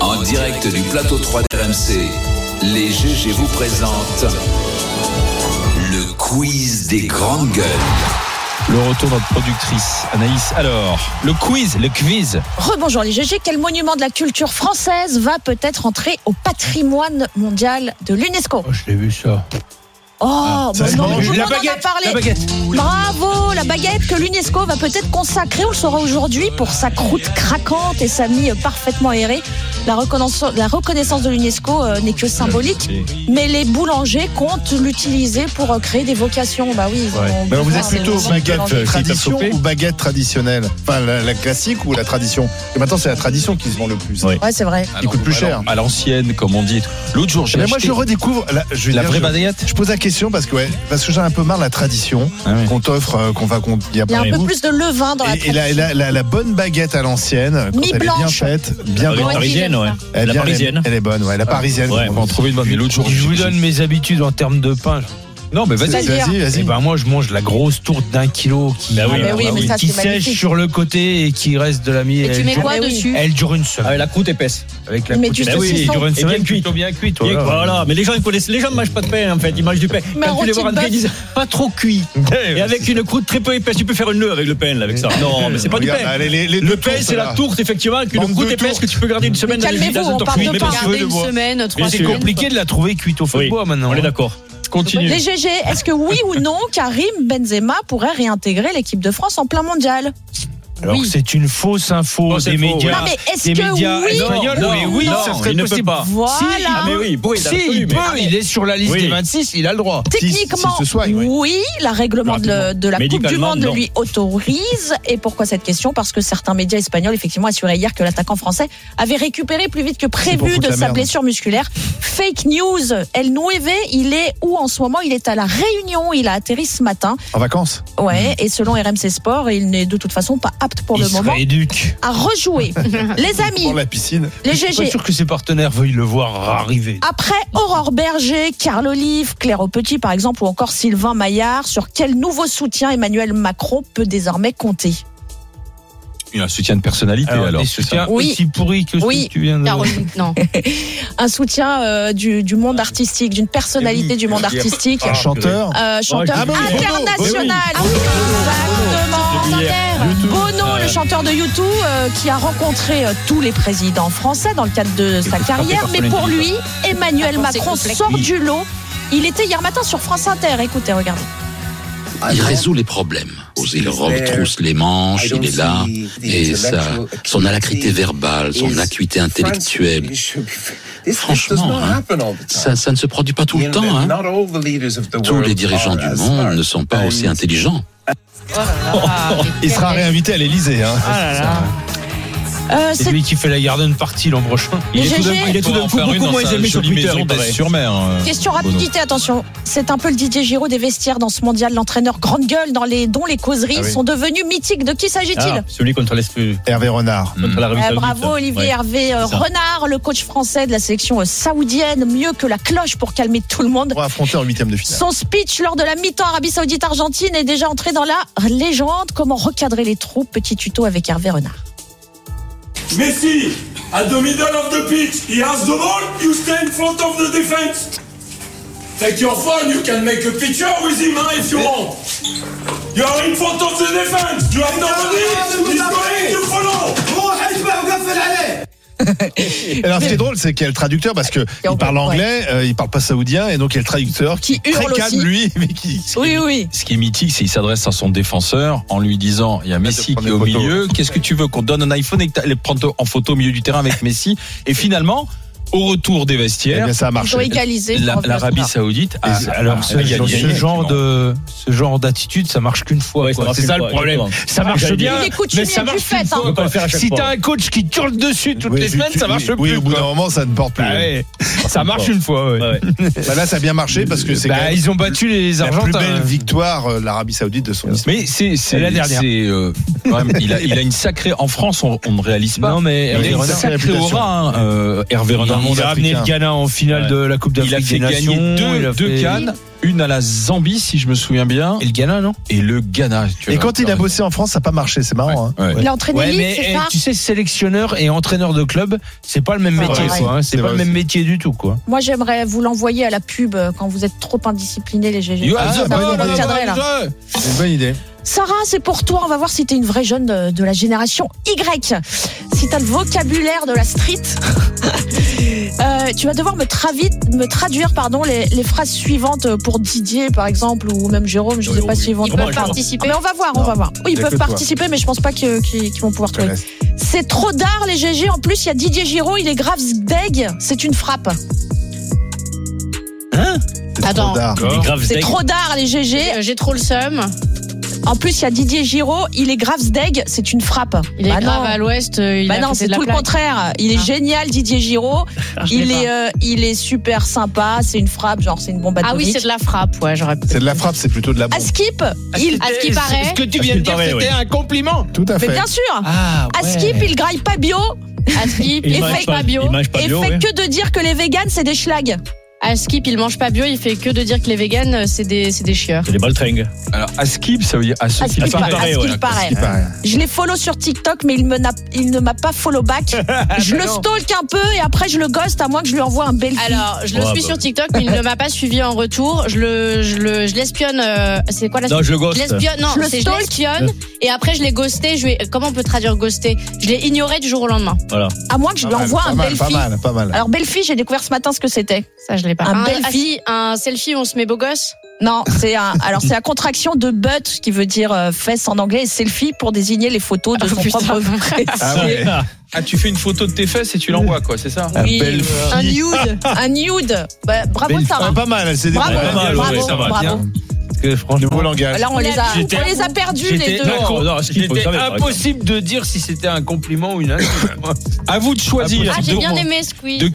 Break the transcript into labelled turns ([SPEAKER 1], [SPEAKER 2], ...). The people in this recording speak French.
[SPEAKER 1] En direct du plateau 3 d'RMC, les GG vous présentent le quiz des grandes gueules.
[SPEAKER 2] Le retour de notre productrice Anaïs. Alors, le quiz, le quiz.
[SPEAKER 3] Rebonjour les GG, quel monument de la culture française va peut-être entrer au patrimoine mondial de l'UNESCO
[SPEAKER 4] Oh, je l'ai vu ça. Ah,
[SPEAKER 3] Oh, bon,
[SPEAKER 4] c'est
[SPEAKER 3] non,
[SPEAKER 4] bon,
[SPEAKER 3] tout
[SPEAKER 4] la
[SPEAKER 3] le monde en a
[SPEAKER 4] baguette,
[SPEAKER 3] parlé.
[SPEAKER 4] la baguette.
[SPEAKER 3] Bravo, la baguette que l'UNESCO va peut-être consacrer, on le saura aujourd'hui, pour sa croûte craquante et sa mie parfaitement aérée. La reconnaissance, la reconnaissance de l'UNESCO euh, n'est que symbolique, mais les boulangers comptent l'utiliser pour euh, créer des vocations. Bah oui, ils ont
[SPEAKER 5] Mais alors, vous
[SPEAKER 3] besoin
[SPEAKER 5] êtes
[SPEAKER 3] des
[SPEAKER 5] plutôt
[SPEAKER 3] boulangers.
[SPEAKER 5] baguette euh, tradition ou baguette traditionnelle Enfin, la, la classique ou la tradition Et maintenant, c'est la tradition qui se vend le plus.
[SPEAKER 2] Oui.
[SPEAKER 3] Ouais, c'est vrai.
[SPEAKER 5] Il coûte plus cher.
[SPEAKER 2] À l'ancienne, comme on dit. et tout. L'autre jour, j'ai
[SPEAKER 5] Mais Eh ben, moi,
[SPEAKER 2] acheté
[SPEAKER 5] je redécouvre. La, je vais
[SPEAKER 2] la
[SPEAKER 5] dire,
[SPEAKER 2] vraie
[SPEAKER 5] je-
[SPEAKER 2] baguette.
[SPEAKER 5] je pose la question parce que ouais, parce que j'ai un peu marre de la tradition
[SPEAKER 2] Ah oui.
[SPEAKER 5] qu'on t'offre, euh, qu'on va qu'on il y a
[SPEAKER 3] Il y a un
[SPEAKER 5] pas de
[SPEAKER 3] peu
[SPEAKER 5] goût.
[SPEAKER 3] plus de levain dans la
[SPEAKER 5] Et, et la,
[SPEAKER 3] tradition.
[SPEAKER 5] la- la- la bonne baguette à l'ancienne, quand elle est bien
[SPEAKER 3] Mi-blanche.
[SPEAKER 5] faite, bien
[SPEAKER 3] baguette
[SPEAKER 5] bien-
[SPEAKER 3] parisienne, ouais.
[SPEAKER 5] elle, est bien- elle est bonne, ouais, la parisienne.
[SPEAKER 2] Ouais, on va en trouver une bonne. Mais l'autre jour,
[SPEAKER 4] Je vous
[SPEAKER 2] j'ai-
[SPEAKER 4] donne mes habitudes en termes de pain.
[SPEAKER 2] Non, mais vas-y.
[SPEAKER 5] Vas-y, vas-y, vas-y.
[SPEAKER 4] Eh ben moi, je mange la grosse tourte d'un kilo qui,
[SPEAKER 2] Bah oui, Ah bah
[SPEAKER 3] oui, bah mais oui. ça,
[SPEAKER 4] qui
[SPEAKER 3] c'est
[SPEAKER 4] sèche
[SPEAKER 3] magnifique.
[SPEAKER 4] sur le côté et qui reste de la mie.
[SPEAKER 6] Et tu
[SPEAKER 4] elle,
[SPEAKER 6] mets
[SPEAKER 4] dure,
[SPEAKER 6] quoi
[SPEAKER 3] Ah, mais oui.
[SPEAKER 6] dessus
[SPEAKER 4] elle dure une
[SPEAKER 2] Ah
[SPEAKER 4] semaine.
[SPEAKER 7] la croûte épaisse.
[SPEAKER 4] Avec la
[SPEAKER 3] Mais
[SPEAKER 4] croûte-
[SPEAKER 3] du
[SPEAKER 4] Bah oui,
[SPEAKER 3] saucisson.
[SPEAKER 4] elle dure une
[SPEAKER 7] Et
[SPEAKER 4] semaine,
[SPEAKER 7] bien cuite.
[SPEAKER 4] plutôt bien cuite.
[SPEAKER 7] Voilà.
[SPEAKER 4] voilà.
[SPEAKER 7] mais les gens ils connaissent, les gens ne mangent pas de pain en fait, ils mangent du pain.
[SPEAKER 3] Mais un
[SPEAKER 7] Quand tu
[SPEAKER 3] rôti
[SPEAKER 7] les
[SPEAKER 3] de
[SPEAKER 7] vois rentrer,
[SPEAKER 3] bœuf.
[SPEAKER 7] ils disent pas trop cuit. Et avec une croûte très peu épaisse, tu peux faire une nœud avec le pain là, avec ça. Non, mais c'est pas du
[SPEAKER 5] Regarde,
[SPEAKER 7] pain.
[SPEAKER 5] allez, les- les
[SPEAKER 7] Le
[SPEAKER 5] deux
[SPEAKER 7] pain
[SPEAKER 5] tours,
[SPEAKER 7] c'est
[SPEAKER 5] là.
[SPEAKER 7] la tourte effectivement, qu'une
[SPEAKER 5] Bande
[SPEAKER 7] croûte
[SPEAKER 5] de
[SPEAKER 7] épaisse que
[SPEAKER 5] tours.
[SPEAKER 7] tu peux garder une semaine
[SPEAKER 3] Mais
[SPEAKER 7] dans les-
[SPEAKER 3] calmez-vous,
[SPEAKER 7] dans un
[SPEAKER 3] on parle
[SPEAKER 7] tortue.
[SPEAKER 3] de
[SPEAKER 7] Mais
[SPEAKER 3] pain.
[SPEAKER 7] parce que-
[SPEAKER 6] Garder une semaine, trois
[SPEAKER 4] Ah, C'est
[SPEAKER 6] semaines.
[SPEAKER 4] compliqué de la trouver cuite au feu
[SPEAKER 7] Oui,
[SPEAKER 4] de bois maintenant.
[SPEAKER 7] On
[SPEAKER 2] hein.
[SPEAKER 7] est d'accord.
[SPEAKER 2] Continue.
[SPEAKER 3] Les GG, est-ce que oui ou non Karim Benzema pourrait réintégrer l'équipe de France en plein mondial
[SPEAKER 4] Alors
[SPEAKER 3] Oui.
[SPEAKER 4] c'est une fausse info
[SPEAKER 7] Oh, c'est
[SPEAKER 4] des
[SPEAKER 7] faux,
[SPEAKER 4] médias.
[SPEAKER 3] Non, mais est-ce
[SPEAKER 4] des
[SPEAKER 3] que
[SPEAKER 4] médias
[SPEAKER 3] oui
[SPEAKER 4] espagnols.
[SPEAKER 7] Non,
[SPEAKER 4] mais oui,
[SPEAKER 7] non,
[SPEAKER 4] ça serait
[SPEAKER 7] il ne peut
[SPEAKER 4] possible.
[SPEAKER 7] pas.
[SPEAKER 3] Voilà.
[SPEAKER 4] Si, il
[SPEAKER 7] Ah mais oui, bon, il a
[SPEAKER 4] Si,
[SPEAKER 7] absolu,
[SPEAKER 4] il
[SPEAKER 7] mais-
[SPEAKER 4] peut, il est sur la liste
[SPEAKER 7] Oui.
[SPEAKER 4] des 26, il a le droit.
[SPEAKER 3] Techniquement,
[SPEAKER 5] s'il se soigne,
[SPEAKER 3] oui.
[SPEAKER 5] oui.
[SPEAKER 3] la règlement de, le- de la Coupe du
[SPEAKER 7] Médicalement,
[SPEAKER 3] Monde le
[SPEAKER 7] non.
[SPEAKER 3] lui autorise. Et pourquoi cette question Parce que certains médias espagnols, effectivement, assuraient hier que l'attaquant français avait récupéré plus vite que
[SPEAKER 5] pour
[SPEAKER 3] prévu
[SPEAKER 5] foutre
[SPEAKER 3] de
[SPEAKER 5] la
[SPEAKER 3] sa
[SPEAKER 5] merde.
[SPEAKER 3] blessure musculaire. Fake news. El Nueve, il est où en ce moment Il est à La Réunion. Il a atterri ce matin.
[SPEAKER 5] En vacances
[SPEAKER 3] Ouais. Et selon RMC Sport, il n'est de toute façon pas apte pour
[SPEAKER 4] il
[SPEAKER 3] le moment
[SPEAKER 4] serait éduque.
[SPEAKER 3] à rejouer. Les amis,
[SPEAKER 5] Pour la piscine.
[SPEAKER 3] les
[SPEAKER 4] Je suis pas
[SPEAKER 3] GG,
[SPEAKER 4] sûr que ses partenaires veuillent le voir arriver.
[SPEAKER 3] Après Aurore Berger, Carl Olive, Claire Petit par exemple, ou encore Sylvain Maillard, sur quel nouveau soutien Emmanuel Macron peut désormais compter
[SPEAKER 2] Un soutien de personnalité,
[SPEAKER 4] Alors,
[SPEAKER 2] alors.
[SPEAKER 4] des
[SPEAKER 2] c'est ça
[SPEAKER 4] soutiens
[SPEAKER 3] Oui.
[SPEAKER 4] aussi pourris que ce
[SPEAKER 3] Oui.
[SPEAKER 4] que tu viens de
[SPEAKER 6] Caroline, non.
[SPEAKER 3] Un soutien euh, du, du monde artistique, d'une
[SPEAKER 4] Eh
[SPEAKER 3] personnalité du monde artistique,
[SPEAKER 2] Ah,
[SPEAKER 5] Un chanteur
[SPEAKER 3] euh, chanteur
[SPEAKER 7] Ah, bah
[SPEAKER 5] oui, Bono,
[SPEAKER 3] international. Exactement. Bono, le chanteur de YouTube, qui a rencontré euh, tous les présidents français dans le cadre de sa
[SPEAKER 2] frappé par
[SPEAKER 3] carrière, mais pour
[SPEAKER 2] Solange
[SPEAKER 3] lui, Emmanuel
[SPEAKER 6] La pensée
[SPEAKER 3] Macron
[SPEAKER 6] complexe.
[SPEAKER 3] sort
[SPEAKER 2] Oui.
[SPEAKER 3] du lot. Il était hier matin sur France Inter. Écoutez, regardez.
[SPEAKER 1] Il résout les problèmes. Il retrousse les manches, il est là. Et ça, son alacrité verbale, son acuité intellectuelle, Franchement, hein, ça, ça ne se produit pas tout le temps. hein. Tous les dirigeants du monde ne sont pas aussi intelligents.
[SPEAKER 6] Oh là là, mais
[SPEAKER 5] Il sera
[SPEAKER 6] quelle-
[SPEAKER 5] réinvité à hein. l'Elysée.
[SPEAKER 4] Ah.
[SPEAKER 3] Euh,
[SPEAKER 4] C'est lui qui fait la garden party l'an prochain.
[SPEAKER 3] Les
[SPEAKER 2] Il est tout d'un
[SPEAKER 3] GG.
[SPEAKER 2] coup- il est tout d'un coup
[SPEAKER 7] Pour en faire
[SPEAKER 2] beaucoup
[SPEAKER 7] une dans
[SPEAKER 2] moins
[SPEAKER 7] sa
[SPEAKER 2] aimé sur
[SPEAKER 7] jolie
[SPEAKER 2] Twitter.
[SPEAKER 7] maison
[SPEAKER 2] il paraît.
[SPEAKER 5] hein.
[SPEAKER 3] Question rapidité, attention. C'est un peu le Didier Giraud des vestiaires dans ce mondial. L'entraîneur grande gueule dans les, dont les causeries
[SPEAKER 5] Ah oui.
[SPEAKER 3] sont devenues mythiques. De qui s'agit-il
[SPEAKER 7] Ah, celui contre l'Est-
[SPEAKER 5] Hervé Renard.
[SPEAKER 7] contre la Russie
[SPEAKER 3] Eh, Bravo Olivier Hervé euh,
[SPEAKER 7] c'est ça.
[SPEAKER 3] Renard, le coach français de la sélection euh, saoudienne, mieux que la cloche pour calmer tout le monde.
[SPEAKER 5] Pour affronter en huitième de finale.
[SPEAKER 3] Son speech lors de la mi-temps Arabie Saoudite-Argentine est déjà entré dans la légende. Comment recadrer les troupes Petit tuto avec Hervé Renard.
[SPEAKER 8] Messi, at the middle of the pitch, he has the ball, you stay in front of the defense. Take your phone, you can make a picture with him huh, if you want. You are in front of the defense, you have nobody, he's going, you follow.
[SPEAKER 5] Alors, ce qui est drôle, c'est qu'il y a le traducteur parce que
[SPEAKER 3] en
[SPEAKER 5] il parle
[SPEAKER 3] fait, ouais.
[SPEAKER 5] anglais, euh, il parle pas saoudien, et donc il y a le traducteur qui,
[SPEAKER 3] Qui
[SPEAKER 5] est très
[SPEAKER 3] hurle
[SPEAKER 5] calme,
[SPEAKER 3] aussi.
[SPEAKER 5] lui, mais qui.
[SPEAKER 3] Oui, oui.
[SPEAKER 2] Ce qui est mythique, c'est qu'il s'adresse à son défenseur en lui disant il y a Messi qui est
[SPEAKER 5] prendre
[SPEAKER 2] au
[SPEAKER 5] des photos.
[SPEAKER 2] milieu, qu'est-ce que tu veux qu'on te donne un iPhone et que tu prendre en photo au milieu du terrain avec Messi Et finalement, au retour des
[SPEAKER 5] Eh
[SPEAKER 2] vestiaires,
[SPEAKER 5] bien, ça a
[SPEAKER 3] Ils
[SPEAKER 5] marché.
[SPEAKER 3] ont égalisé.
[SPEAKER 2] la-
[SPEAKER 3] sans
[SPEAKER 2] l'Arabie
[SPEAKER 3] Renard.
[SPEAKER 2] Saoudite ah, a,
[SPEAKER 4] Et- alors ce,
[SPEAKER 2] a gagné,
[SPEAKER 4] ce genre de ce genre d'attitude, ça marche qu'une fois.
[SPEAKER 7] Ouais,
[SPEAKER 4] quoi.
[SPEAKER 7] ça marche
[SPEAKER 4] C'est ça
[SPEAKER 7] qu'une
[SPEAKER 4] le
[SPEAKER 7] fois,
[SPEAKER 4] problème.
[SPEAKER 7] exactement.
[SPEAKER 4] Ça marche
[SPEAKER 7] Il est
[SPEAKER 4] bien,
[SPEAKER 3] coutumier
[SPEAKER 4] mais ça
[SPEAKER 3] du
[SPEAKER 4] marche
[SPEAKER 3] fait,
[SPEAKER 4] qu'une
[SPEAKER 3] hein.
[SPEAKER 4] fois.
[SPEAKER 7] On peut pas le faire à chaque
[SPEAKER 4] Si
[SPEAKER 7] fois.
[SPEAKER 4] t'as un coach qui hurle dessus toutes
[SPEAKER 5] Oui,
[SPEAKER 4] les
[SPEAKER 5] tu-
[SPEAKER 4] semaines,
[SPEAKER 5] tu-
[SPEAKER 4] ça marche
[SPEAKER 5] oui,
[SPEAKER 4] plus.
[SPEAKER 5] Oui, au bout d'un
[SPEAKER 4] quoi.
[SPEAKER 5] moment, ça ne porte plus.
[SPEAKER 4] Bah ouais. Ça marche une fois. ouais.
[SPEAKER 7] Ouais, ouais.
[SPEAKER 5] Bah là, ça a bien marché parce que c'est
[SPEAKER 4] Bah,
[SPEAKER 5] quand même
[SPEAKER 4] ils ont battu les
[SPEAKER 5] la plus
[SPEAKER 4] Argentins.
[SPEAKER 5] belle victoire euh, de l'Arabie Saoudite de son histoire.
[SPEAKER 2] Mais c'est c'est-
[SPEAKER 4] Et la dernière.
[SPEAKER 2] c'est, euh, quand même, il, a, il a une sacrée. En France, on, on ne réalise pas.
[SPEAKER 4] Non mais
[SPEAKER 2] il a
[SPEAKER 4] Hervé
[SPEAKER 2] une
[SPEAKER 5] Renard.
[SPEAKER 2] sacrée
[SPEAKER 5] Réputation.
[SPEAKER 2] aura, hein, euh, Hervé
[SPEAKER 4] Il
[SPEAKER 2] Renard.
[SPEAKER 5] monde
[SPEAKER 4] a amené
[SPEAKER 5] africain.
[SPEAKER 4] le Ghana en finale
[SPEAKER 7] Ouais.
[SPEAKER 4] de la Coupe
[SPEAKER 2] Il a
[SPEAKER 4] d'Afrique
[SPEAKER 2] fait
[SPEAKER 4] des Nations.
[SPEAKER 2] gagner
[SPEAKER 4] il
[SPEAKER 2] deux,
[SPEAKER 4] a
[SPEAKER 2] deux
[SPEAKER 4] fait-
[SPEAKER 2] cannes une à la Zambie, si je me souviens bien,
[SPEAKER 4] Et le Ghana, non
[SPEAKER 2] et le Ghana. tu
[SPEAKER 5] Et
[SPEAKER 2] vois.
[SPEAKER 5] quand il a bossé en France, ça n'a pas marché, c'est marrant. hein.
[SPEAKER 2] Ouais, ouais.
[SPEAKER 3] Il a entraîné
[SPEAKER 4] Ouais,
[SPEAKER 3] Lille,
[SPEAKER 4] mais
[SPEAKER 3] c'est
[SPEAKER 4] eh,
[SPEAKER 3] ça
[SPEAKER 4] tu sais, sélectionneur et entraîneur de club, c'est pas le même
[SPEAKER 5] C'est
[SPEAKER 4] métier,
[SPEAKER 5] vrai,
[SPEAKER 4] quoi. hein.
[SPEAKER 5] c'est
[SPEAKER 4] C'est pas
[SPEAKER 5] vrai
[SPEAKER 4] le même
[SPEAKER 5] aussi.
[SPEAKER 4] métier du tout, quoi.
[SPEAKER 3] Moi, j'aimerais vous l'envoyer à la pub euh, quand vous êtes trop indiscipliné, les GG.
[SPEAKER 2] You bah
[SPEAKER 3] Ah,
[SPEAKER 2] are
[SPEAKER 3] ça
[SPEAKER 2] the
[SPEAKER 3] va,
[SPEAKER 2] man
[SPEAKER 3] on
[SPEAKER 2] of
[SPEAKER 3] va
[SPEAKER 2] the
[SPEAKER 3] cadrer, là.
[SPEAKER 2] world.
[SPEAKER 5] C'est une bonne idée.
[SPEAKER 3] Sarah, c'est pour toi. On va voir si t'es une vraie jeune de, de la génération Y. Si t'as le vocabulaire de la street, Euh, tu vas devoir me, travi- me traduire pardon, les, les phrases suivantes pour Didier, par exemple, ou même Jérôme. Je ne sais pas s'ils vont
[SPEAKER 7] Ils
[SPEAKER 3] te-
[SPEAKER 7] peuvent
[SPEAKER 3] Ah,
[SPEAKER 6] participer.
[SPEAKER 3] Mais on va voir, on va voir. Oui,
[SPEAKER 5] Il
[SPEAKER 3] ils
[SPEAKER 5] y a que
[SPEAKER 3] peuvent
[SPEAKER 5] toi.
[SPEAKER 3] participer, mais je pense pas que- qu'ils qu'ils vont pouvoir trouver. C'est trop d'art, les GG. En plus, il y a Didier Giraud, il est grave deg. C'est une frappe.
[SPEAKER 6] Attends.
[SPEAKER 5] Rodard.
[SPEAKER 4] Ah,
[SPEAKER 7] Des graves
[SPEAKER 3] C'est
[SPEAKER 7] decks.
[SPEAKER 3] trop d'art, les GG.
[SPEAKER 6] J'ai j'ai trop le seum.
[SPEAKER 3] En plus, il y a Didier Giraud, il est grave deg. C'est une frappe.
[SPEAKER 6] Il est
[SPEAKER 3] Bah
[SPEAKER 6] grave
[SPEAKER 3] non.
[SPEAKER 6] à l'ouest. euh, Il
[SPEAKER 3] Bah
[SPEAKER 6] est à
[SPEAKER 3] non,
[SPEAKER 6] côté
[SPEAKER 3] c'est
[SPEAKER 6] de la
[SPEAKER 3] tout le
[SPEAKER 6] plaque.
[SPEAKER 3] contraire. Il est
[SPEAKER 6] Ah.
[SPEAKER 3] génial, Didier Giraud.
[SPEAKER 6] Ah, je l'ai
[SPEAKER 3] Il
[SPEAKER 6] pas.
[SPEAKER 3] est, euh, il est super sympa. C'est une frappe, genre c'est une bombe
[SPEAKER 6] Ah oui,
[SPEAKER 3] atomique.
[SPEAKER 6] c'est de la frappe, ouais, j'aurais
[SPEAKER 5] C'est de la frappe, c'est plutôt de la
[SPEAKER 3] à
[SPEAKER 4] Ah,
[SPEAKER 5] bombe.
[SPEAKER 3] Skip, il.
[SPEAKER 6] À ce qui paraît.
[SPEAKER 4] Ce que tu
[SPEAKER 7] À ce
[SPEAKER 4] viens de
[SPEAKER 7] qui
[SPEAKER 4] dire,
[SPEAKER 7] paraît,
[SPEAKER 4] c'était
[SPEAKER 7] ouais.
[SPEAKER 4] un compliment.
[SPEAKER 5] Tout à
[SPEAKER 3] Mais
[SPEAKER 5] fait.
[SPEAKER 3] bien sûr.
[SPEAKER 4] Ah,
[SPEAKER 3] À Skip, il graille pas bio
[SPEAKER 6] À Skip,
[SPEAKER 7] Il
[SPEAKER 3] Et
[SPEAKER 7] mange
[SPEAKER 3] fait-
[SPEAKER 7] pas bio. Il mange pas
[SPEAKER 3] et
[SPEAKER 7] bio,
[SPEAKER 3] fait
[SPEAKER 7] ouais.
[SPEAKER 3] que de dire que les véganes c'est des schlags.
[SPEAKER 6] à Skip, il mange pas bio, il fait que de dire que les véganes, euh, c'est des, c'est des chieurs.
[SPEAKER 7] C'est des baltringues.
[SPEAKER 2] Alors, à skip, ça veut dire à ce
[SPEAKER 3] À ce
[SPEAKER 2] qu'il
[SPEAKER 3] qu'il
[SPEAKER 7] paraît,
[SPEAKER 3] paraît. à ce
[SPEAKER 7] ouais,
[SPEAKER 3] qu'il
[SPEAKER 7] à ce
[SPEAKER 3] paraît.
[SPEAKER 5] Il paraît.
[SPEAKER 3] Je les follow sur TikTok, mais il, me n'a- il ne m'a pas follow back. je le stalk un peu et après je le ghost à moins que je lui envoie un bel.
[SPEAKER 6] Alors, je le
[SPEAKER 7] Ouais,
[SPEAKER 6] suis
[SPEAKER 7] bah
[SPEAKER 6] sur
[SPEAKER 7] oui.
[SPEAKER 6] TikTok, mais il ne m'a pas suivi en retour. Je le, je le, je l'espionne. euh, c'est quoi la
[SPEAKER 7] Non, je le
[SPEAKER 6] Je
[SPEAKER 7] gosse.
[SPEAKER 6] l'espionne, non,
[SPEAKER 3] Je le
[SPEAKER 6] c'est je
[SPEAKER 3] stalk.
[SPEAKER 6] l'espionne et après je l'ai ghosté. Je lui ai- comment on peut traduire ghosté Je l'ai ignoré du jour au lendemain.
[SPEAKER 7] Voilà.
[SPEAKER 3] à moins que je lui
[SPEAKER 5] Pas mal,
[SPEAKER 3] envoie
[SPEAKER 5] pas
[SPEAKER 3] un
[SPEAKER 5] mal,
[SPEAKER 3] bel
[SPEAKER 5] Pas
[SPEAKER 3] fille.
[SPEAKER 5] mal, pas mal.
[SPEAKER 3] Alors belle fille, j'ai découvert ce matin ce que c'était.
[SPEAKER 6] Ça, je l'ai pas.
[SPEAKER 3] Un bel
[SPEAKER 6] ah,
[SPEAKER 3] fille.
[SPEAKER 6] si, un selfie, on se met beau gosse.
[SPEAKER 3] Non, c'est un, alors c'est la contraction de butt qui veut dire euh, fesse en anglais et selfie pour désigner les photos de
[SPEAKER 6] Oh,
[SPEAKER 3] son
[SPEAKER 6] putain.
[SPEAKER 3] propre précieux.
[SPEAKER 5] Ah ouais.
[SPEAKER 2] Ah, tu fais une photo de tes fesses et tu l'envoies, quoi, c'est ça
[SPEAKER 4] Ah
[SPEAKER 5] Un
[SPEAKER 3] Oui,
[SPEAKER 5] belle
[SPEAKER 4] euh,
[SPEAKER 3] un
[SPEAKER 5] fille.
[SPEAKER 3] nude,
[SPEAKER 7] Ah,
[SPEAKER 3] un nude. Bah, bravo
[SPEAKER 5] Belle
[SPEAKER 3] Sarah.
[SPEAKER 5] fille. Pas mal, elle s'est
[SPEAKER 3] Bravo,
[SPEAKER 5] débrouillée.
[SPEAKER 7] Pas mal,
[SPEAKER 3] bravo,
[SPEAKER 7] ouais, ça va,
[SPEAKER 3] bravo.
[SPEAKER 4] bien. Parce que
[SPEAKER 5] Nouveau
[SPEAKER 4] franchement,
[SPEAKER 5] langage.
[SPEAKER 3] Là on les a,
[SPEAKER 2] J'étais-
[SPEAKER 3] on les a perdus les
[SPEAKER 4] j'étais
[SPEAKER 3] deux.
[SPEAKER 7] D'accord. Non, à Skip, faut le
[SPEAKER 4] c'était
[SPEAKER 7] savoir, par exemple.
[SPEAKER 4] impossible de dire si c'était un compliment ou une insulte.
[SPEAKER 2] À vous de choisir.
[SPEAKER 6] Ah, j'ai
[SPEAKER 2] De-
[SPEAKER 6] bien aimé Squeeze.
[SPEAKER 2] de